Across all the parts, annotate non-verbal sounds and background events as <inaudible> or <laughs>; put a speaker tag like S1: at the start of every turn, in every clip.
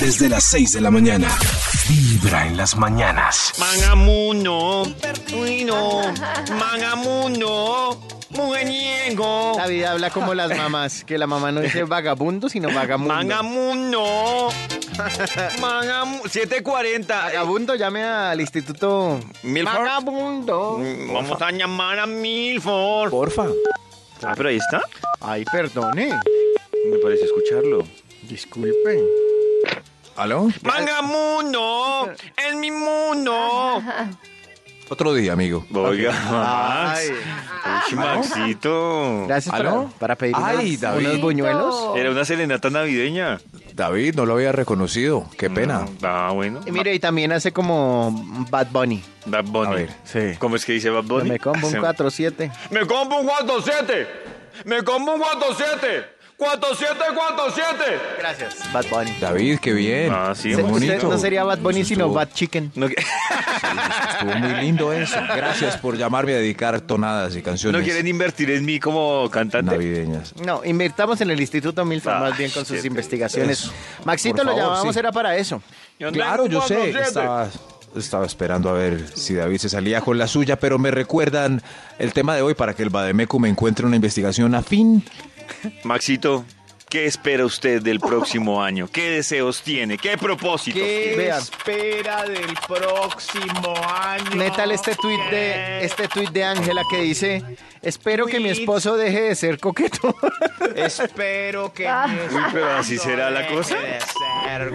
S1: desde las 6 de la mañana. Vibra en las mañanas.
S2: Mangamuno. Uino. Mangamuno. Mujeriego.
S3: La vida habla como las mamás, que la mamá no dice vagabundo, sino vagamundo.
S2: Mangamuno. Mangamu 740.
S3: Vagabundo, llame al instituto.
S2: Milford.
S3: Vagabundo.
S2: Mm, Vamos a llamar a Milford.
S3: Porfa.
S2: Ah, pero ahí está.
S3: Ay, perdone.
S2: Me parece escucharlo.
S3: Disculpe.
S4: ¿Aló?
S2: Mangamuno. En mi mundo.
S4: Otro día, amigo.
S2: Oiga, Max.
S3: Ay.
S2: Uy, Maxito.
S3: Gracias para,
S4: Ah, ¿Aló?
S3: para pedir
S4: Ay,
S3: unos,
S4: David.
S3: unos buñuelos.
S4: Eh,
S2: Era una serenata navideña.
S4: David, no lo había reconocido. Qué pena.
S2: No, Ah, bueno.
S3: Y mire, y también hace como Bad Bunny.
S2: Bad Bunny.
S4: A ver, sí.
S2: ¿Cómo es que dice Bad Bunny?
S3: Me combo un
S2: Se-
S3: 4-7.
S2: Me compro un 4-7. Me compro un 4-7. 4-7, 4-7.
S3: Gracias. Bad Bunny.
S4: David, qué bien.
S2: Ah, sí,
S4: Muy
S3: Se-
S2: bonito.
S3: usted no sería Bad Bunny, sino Bad Chicken.
S2: No, que- <laughs>
S4: Estuvo muy lindo eso. Gracias por llamarme a dedicar tonadas y canciones
S2: no quieren invertir en mí como cantante.
S4: navideñas.
S3: No, invirtamos en el Instituto Milford
S2: Ah,
S3: más bien con sus
S2: siete.
S3: investigaciones.
S4: Eso.
S3: Maxito,
S4: Por
S3: lo
S4: favor,
S3: llamábamos,
S4: sí.
S3: era para eso.
S2: Yo tengo
S4: Claro, yo sé.
S2: 4-7.
S4: Estaba, estaba esperando a ver si David se salía con la suya, pero me recuerdan el tema de hoy para que el Bademecu me encuentre una investigación afín.
S2: Maxito, ¿qué espera usted del próximo <laughs> año? ¿Qué deseos tiene? ¿Qué propósitos tiene?
S3: Vean.
S5: espera del próximo año? Eh,
S3: Metal este tuit de este tuit de Ángela que dice, espero que mi esposo deje de ser <laughs> coqueto. este-
S5: Espero que.
S2: Ah. Uy, pero así será la cosa.
S5: De ser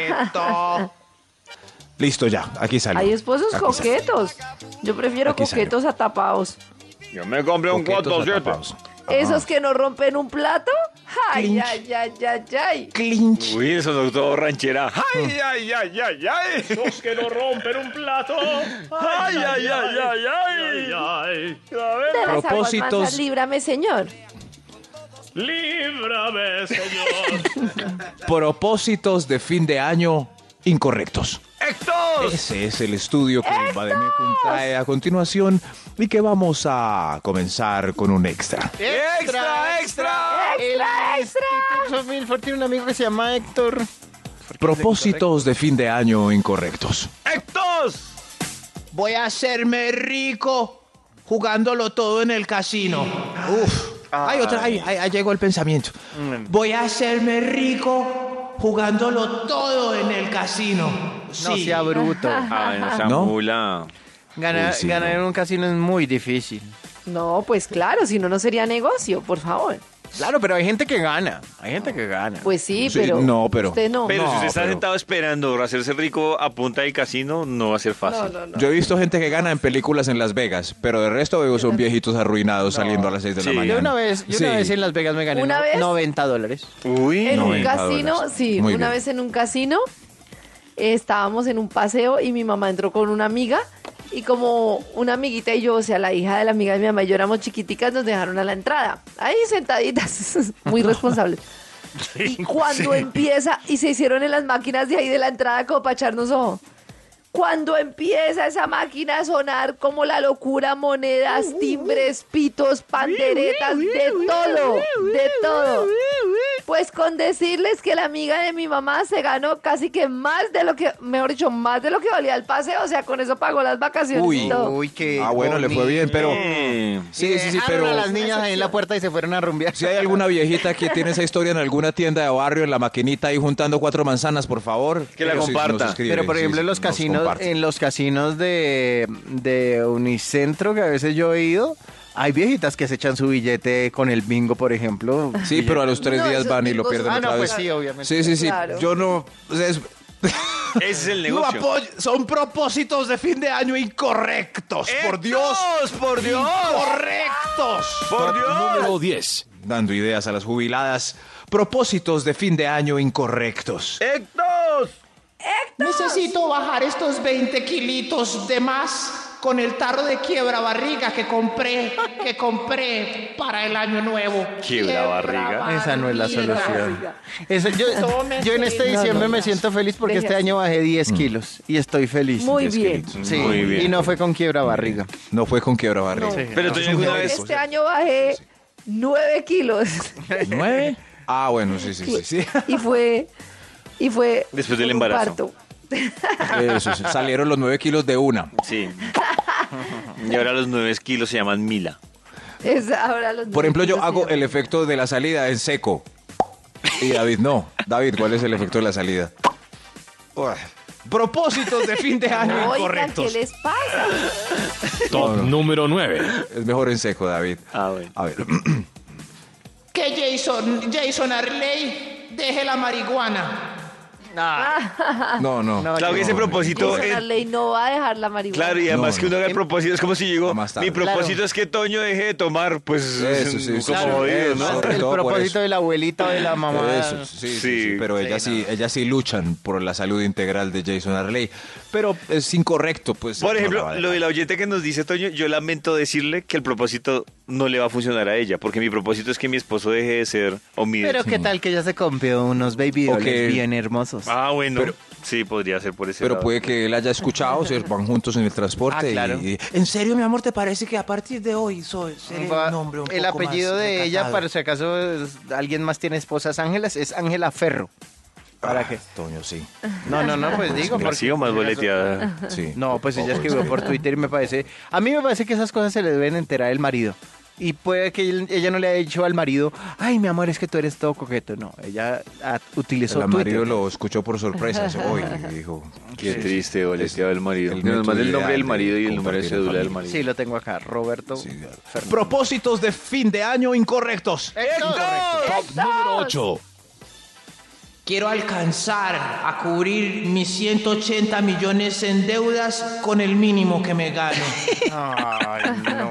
S5: coqueto.
S4: Listo, ya. Aquí salió.
S6: Hay esposos
S4: Aquí salió.
S6: coquetos. Yo prefiero
S4: Aquí salió.
S6: coquetos atapados.
S2: Yo me compré un
S4: Coquetos
S2: 4-7.
S4: atrapados.
S6: Esos que no rompen un plato. Ay, ay, ay, ay, ay.
S2: Uy, eso no es todo ranchera.
S4: Mm.
S2: ¡Ay, ay, ay, ay, ay!
S5: Los que no rompen un plato.
S2: ¡Ay, ay, ay, ay, ay!
S5: ay.
S2: A ver.
S6: De las aguas
S4: Propósitos.
S6: mansas, líbrame, señor.
S5: Líbrame, señor.
S4: Propósitos de fin de año incorrectos.
S2: ¡Héctor!
S4: Ese es el estudio que el Bademecum trae a continuación y que vamos a comenzar con un extra.
S2: ¡Extra, extra!
S3: ¡Extra, extra! Instituto Milford tiene un amigo que se llama Héctor.
S4: Propósitos de fin de año incorrectos.
S2: ¡Héctor!
S5: Voy a hacerme rico jugándolo todo en el casino.
S4: Uf. Hay otra, ahí, ahí- ahí llegó el pensamiento.
S5: Voy a hacerme rico jugándolo todo en el casino.
S3: No sea bruto.
S2: Ay, no sea
S4: ¿No?
S2: Ah, mula.
S3: Ganar,
S4: Uy, sí,
S3: ganar
S4: no.
S3: en un casino es muy difícil.
S6: No, pues claro, si no, no sería negocio, por favor.
S3: Claro, pero hay gente que gana. Hay gente que gana.
S6: Pues sí,
S4: Sí,
S6: pero.
S4: no, pero-
S6: Usted no.
S2: Pero
S4: No,
S2: si usted está
S4: pero-
S2: sentado esperando hacerse rico a punta del casino, no va a ser
S6: no,
S2: fácil.
S6: no, no.
S4: Yo he visto gente que gana en películas en Las Vegas, pero de resto veo son viejitos arruinados saliendo a las 6 de la
S2: Sí.
S4: mañana.
S3: yo una vez, yo
S4: Sí.
S3: una vez en Las Vegas me gané
S6: ¿Una vez?
S3: 90 dólares.
S2: Uy,
S6: En
S2: no.
S6: un
S4: 90
S6: casino,
S4: dólares.
S6: sí,
S4: Muy
S6: una
S4: bien.
S6: vez en un casino eh, estábamos en un paseo y mi mamá entró con una amiga y como una amiguita y yo, o sea, la hija de la amiga de mi mamá y yo éramos chiquiticas, nos dejaron a la entrada, ahí sentaditas, <laughs>
S4: <laughs>
S6: muy responsables. Y cuando empieza, y se hicieron en las máquinas de ahí de la entrada como para echarnos ojo. Cuando empieza esa máquina a sonar como la locura, monedas, timbres, pitos, panderetas, de todo, de todo. Pues con decirles que la amiga de mi mamá se ganó casi que más de lo que, mejor dicho, más de lo que valía el paseo, o sea, con eso pagó las vacaciones y
S4: Uy.
S6: todo.
S3: Uy, qué
S4: Ah, bueno, le fue
S3: bonito.
S4: bien, pero...
S2: Eh,
S4: Sí, sí, sí, pero...
S3: Ah, a las niñas ahí en la puerta y se fueron a rumbear.
S4: Si hay alguna viejita que tiene esa historia en alguna tienda de barrio, en la maquinita ahí juntando cuatro manzanas, por favor.
S2: Que la
S4: ellos sí nos
S2: comparta.
S4: escriben,
S3: Pero por
S4: sí,
S3: ejemplo en los
S4: nos
S3: casinos,
S4: comparten.
S3: en los casinos de, de Unicentro que a veces yo he ido, hay viejitas que se echan su billete con el bingo, por ejemplo.
S4: Sí, pero a los tres
S6: No,
S4: días
S6: esos
S4: van y lo
S6: tipos-
S4: pierden
S3: Ah,
S4: otra
S3: no,
S4: vez.
S3: pues sí, obviamente.
S4: Sí, sí, sí.
S6: Claro.
S4: Yo no. o sea, es-
S2: ese es el
S5: No
S2: negocio.
S5: apoyo- son propósitos de fin de año incorrectos, por Dios.
S2: ¡Por Dios!
S5: Incorrectos.
S2: ¡Por Dios!
S1: Número 10.
S4: dando ideas a las jubiladas. Propósitos de fin de año incorrectos.
S2: ¡Héctor!
S5: Necesito bajar estos 20 kilitos de más con el tarro de quiebra barriga que compré, que compré para el año nuevo.
S2: Quiebra
S6: Ah,
S2: barriga.
S3: Esa no es la
S6: Quiebra
S3: solución.
S6: barriga.
S3: Eso- yo, yo en este
S6: No, no,
S3: diciembre me
S6: no.
S3: siento feliz porque
S6: Deje
S3: este
S6: así.
S3: año bajé
S4: Mm.
S3: 10 kilos y estoy feliz.
S6: Muy bien.
S3: Sí,
S2: Muy bien.
S3: y no fue con quiebra barriga.
S4: No fue con quiebra barriga.
S6: No.
S2: Pero tú alguna vez.
S6: Este año bajé nueve kilos
S4: <laughs> ¿Nueve? Ah, bueno, Pues sí, sí, sí. sí.
S6: y fue y fue
S2: Después del
S6: un
S2: embarazo.
S6: parto.
S4: Eso, sí, salieron los nueve kilos de una.
S2: Sí. Y ahora los nueve kilos se llaman Mila.
S6: Es ahora los
S4: Por ejemplo, yo
S6: niños
S4: hago
S6: se
S4: el efecto de la salida en seco. Y David no. David, ¿cuál es el efecto de la salida? Uah. Propósitos de fin de
S6: llaman-
S4: año
S6: Oigan, ¿qué
S4: incorrectos.
S6: les pasa?
S7: Top número 9.
S4: Es mejor en seco, David.
S2: Ah, bueno.
S4: A ver. <clears throat>
S5: Que Jason, Jason Arley deje la marihuana.
S4: No, no.
S3: No,
S2: Claro que ese
S4: no,
S2: propósito
S6: Jason
S2: es-
S6: Arley no va a dejar la marihuana.
S2: Claro, y además
S4: No,
S2: que uno haga el
S4: no.
S2: propósito, es como si digo,
S4: Más tarde.
S2: mi propósito es que Toño deje de tomar, pues
S4: Eso, sí,
S2: es
S4: sí,
S2: como
S4: sí,
S2: jodido,
S4: eso,
S2: ¿no?
S4: sobre
S3: el
S4: todo por
S3: propósito
S4: eso.
S3: de la abuelita o de la mamá.
S4: Eso, sí, sí,
S2: Sí.
S4: sí, pero
S3: Sí,
S4: ellas sí,
S3: no.
S4: ellas sí luchan por la salud integral de Jason Arley, pero es incorrecto, pues.
S2: Por
S4: no
S2: ejemplo,
S4: la va a
S2: lo de
S4: dejar.
S2: la oyente que nos dice Toño, yo lamento decirle que el propósito no le va a funcionar a ella, porque mi propósito es que mi esposo deje de ser o mi
S3: Pero qué tal que ya se compió unos baby
S4: O
S3: dolls
S4: que-
S3: bien hermosos.
S2: Ah, bueno.
S4: Pero-
S2: sí, podría ser por ese
S4: pero
S2: lado.
S4: puede que él haya escuchado, se van juntos en el transporte.
S3: Ah,
S4: y-
S3: claro.
S4: y-
S8: ¿En serio, mi amor, te parece que a partir de hoy soy seré
S3: Va-
S8: un hombre un
S3: el
S8: poco
S3: apellido
S8: más
S3: de ella,
S8: recatado?
S3: para si acaso es- alguien más tiene esposas ángelas, es Ángela Ferro. ¿Para
S4: Ah,
S3: qué?
S4: Toño, sí.
S3: No, no, no, pues digo.
S2: Digo,
S3: porque-
S2: ¿Así o más boleteada?
S4: sí.
S3: No, pues ella
S4: Oh,
S3: escribió
S4: sí.
S3: por Twitter y me parece... A mí me parece que esas cosas se le deben enterar el marido. Y puede que él- ella no le haya dicho al marido, ay, mi amor, es que tú eres todo coqueto. No, ella ah, utilizó
S4: El
S3: Twitter.
S4: marido lo escuchó por sorpresa eso hoy y
S3: <laughs>
S4: dijo.
S2: Qué triste, boleteado del marido.
S4: El
S2: Nos manda
S4: método
S2: el nombre del
S4: ideal de
S2: marido y el número de
S4: compartir en
S2: cédula del
S4: familia.
S2: marido.
S3: Sí, lo tengo acá, Roberto.
S4: Sí, claro.
S3: Fernández.
S4: Propósitos de fin de año incorrectos.
S7: Top número 8.
S8: Quiero alcanzar a cubrir mis 180 millones en deudas con el mínimo que me gano.
S3: Ay,
S4: <laughs>
S3: no.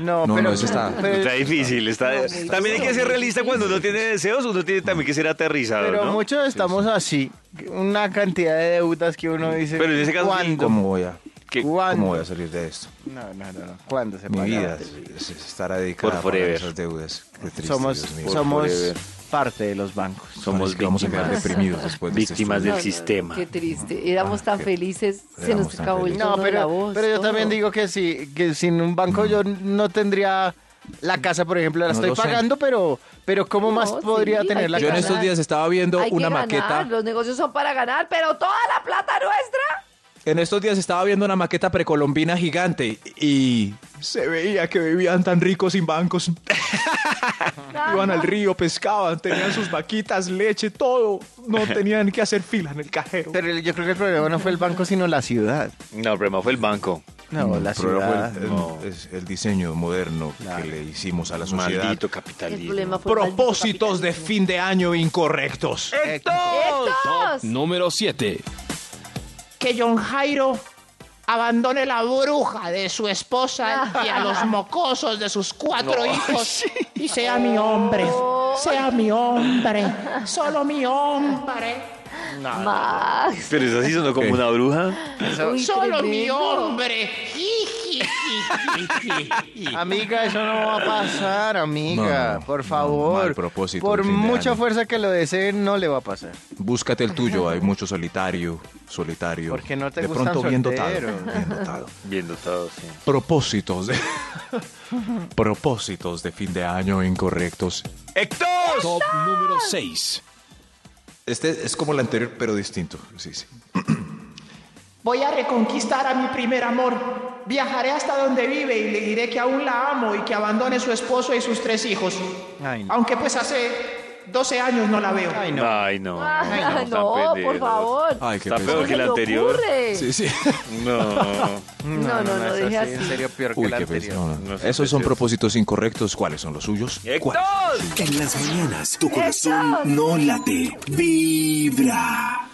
S3: No,
S4: No,
S3: pero,
S4: no, eso está-
S3: pero-
S2: Está difícil. Está, también hay que ser realista cuando uno tiene deseos, uno tiene también que ser aterrizado,
S3: pero
S2: ¿no?
S3: muchos estamos así. Una cantidad de deudas que uno dice.
S2: Pero en ese caso sí,
S3: ¿cuándo?
S4: ¿Cómo voy a,
S2: ¿Qué?
S4: cómo
S3: ¿Cuándo?
S4: voy a salir de esto?
S3: No, no, no, no. ¿Cuándo se
S4: Mi
S3: paga?
S4: vida es- es- estará dedicada
S2: Por
S4: a
S2: forever.
S4: esas deudas. Qué triste,
S3: somos
S4: Dios mío.
S3: somos
S2: Forever.
S3: parte de los bancos.
S2: Somos
S4: Parece que vamos a quedar
S2: víctimas.
S4: deprimidos después de este
S2: Víctimas
S4: estudio.
S2: del sistema.
S6: Qué triste. Éramos
S4: Ah,
S6: tan
S4: qué-
S6: felices, se
S4: éramos
S6: nos
S4: tan
S6: acabó el
S4: felices.
S6: tono
S3: No,
S6: de la
S3: pero,
S6: voz,
S3: pero yo
S6: todo.
S3: también digo que sí, que sin un banco yo no tendría la casa, por ejemplo, la
S4: Mm. No
S3: estoy
S4: lo sé.
S3: pagando, pero pero cómo
S6: No,
S3: más
S6: sí,
S3: podría
S6: hay
S3: tener la
S6: que
S4: Yo en
S3: casa.
S4: estos
S6: ganar.
S4: días estaba viendo
S6: Hay que
S4: una
S6: ganar,
S4: maqueta.
S6: Los negocios son para ganar, pero toda la plata nuestra.
S4: En estos días estaba viendo una maqueta precolombina gigante y se veía que vivían tan ricos sin
S3: <laughs>
S4: bancos. Iban al río, pescaban, tenían sus vaquitas, leche, todo.
S2: <laughs>
S4: No tenían que hacer fila en el cajero.
S3: Pero yo creo que el problema no fue el banco, sino la ciudad.
S2: No, el problema fue el banco.
S3: No, la
S4: Mm, el problema
S3: ciudad.
S4: fue el,
S2: no.
S4: es el diseño moderno
S3: Claro.
S4: que le hicimos a la sociedad.
S2: Maldito
S6: El
S2: capitalismo.
S6: problema fue el maldito
S4: Propósitos de
S6: capitalismo.
S4: fin de año incorrectos.
S2: Eh.
S6: ¡Estos!
S7: Número 7.
S5: Que John Jairo abandone la bruja de su esposa y a los mocosos de sus cuatro hijos y sea mi hombre, sea mi hombre, solo mi hombre,
S6: Max.
S2: Pero eso sí sonó como
S4: Ok.
S2: una
S3: <gasps>
S2: bruja.
S6: Uy,
S5: solo mi
S6: tremendo. <laughs>
S5: hombre. Ji, ji, ji, ji, ji.
S3: Amiga, eso no va a pasar, amiga.
S4: No, no,
S3: por
S4: no,
S3: favor.
S4: mal propósito
S3: por
S4: de fin de
S3: mucha
S4: año.
S3: fuerza que lo deseen, no le va a pasar.
S4: Búscate el tuyo, hay mucho solitario, solitario.
S3: Porque no te
S4: De
S3: gustan
S4: pronto bien dotado,
S3: solteros.
S4: bien dotado.
S2: Viendo todo, sí.
S4: Propósitos de... <laughs> Propósitos de fin de año incorrectos.
S7: Top número 6.
S4: Este es como el anterior, pero distinto. Sí, sí.
S5: Voy a reconquistar a mi primer amor. Viajaré hasta donde vive y le diré que aún la amo y que abandone su esposo y sus tres hijos.
S3: Ay, no.
S5: Aunque pues hace 12 años no la veo.
S3: Ay, no.
S2: Ay, no.
S6: Ah,
S2: estamos tan
S6: no, por
S2: pendejos.
S6: favor.
S4: Ay, qué
S2: Está
S4: pesar.
S2: peor
S6: ¿Cómo
S2: que el
S6: se le
S2: anterior.
S6: ocurre?
S4: Sí, sí.
S2: No.
S6: No, no, no,
S3: eso
S6: deje
S3: sí,
S6: así.
S3: En serio, peor que
S4: Uy,
S3: el
S4: qué pesar.
S3: anterior.
S4: No, no.
S2: No sé,
S4: Esos son
S2: precioso.
S4: propósitos incorrectos. ¿Cuáles son los suyos?
S2: ¡Héctor!
S1: En las mañanas, tu corazón no late, vibra.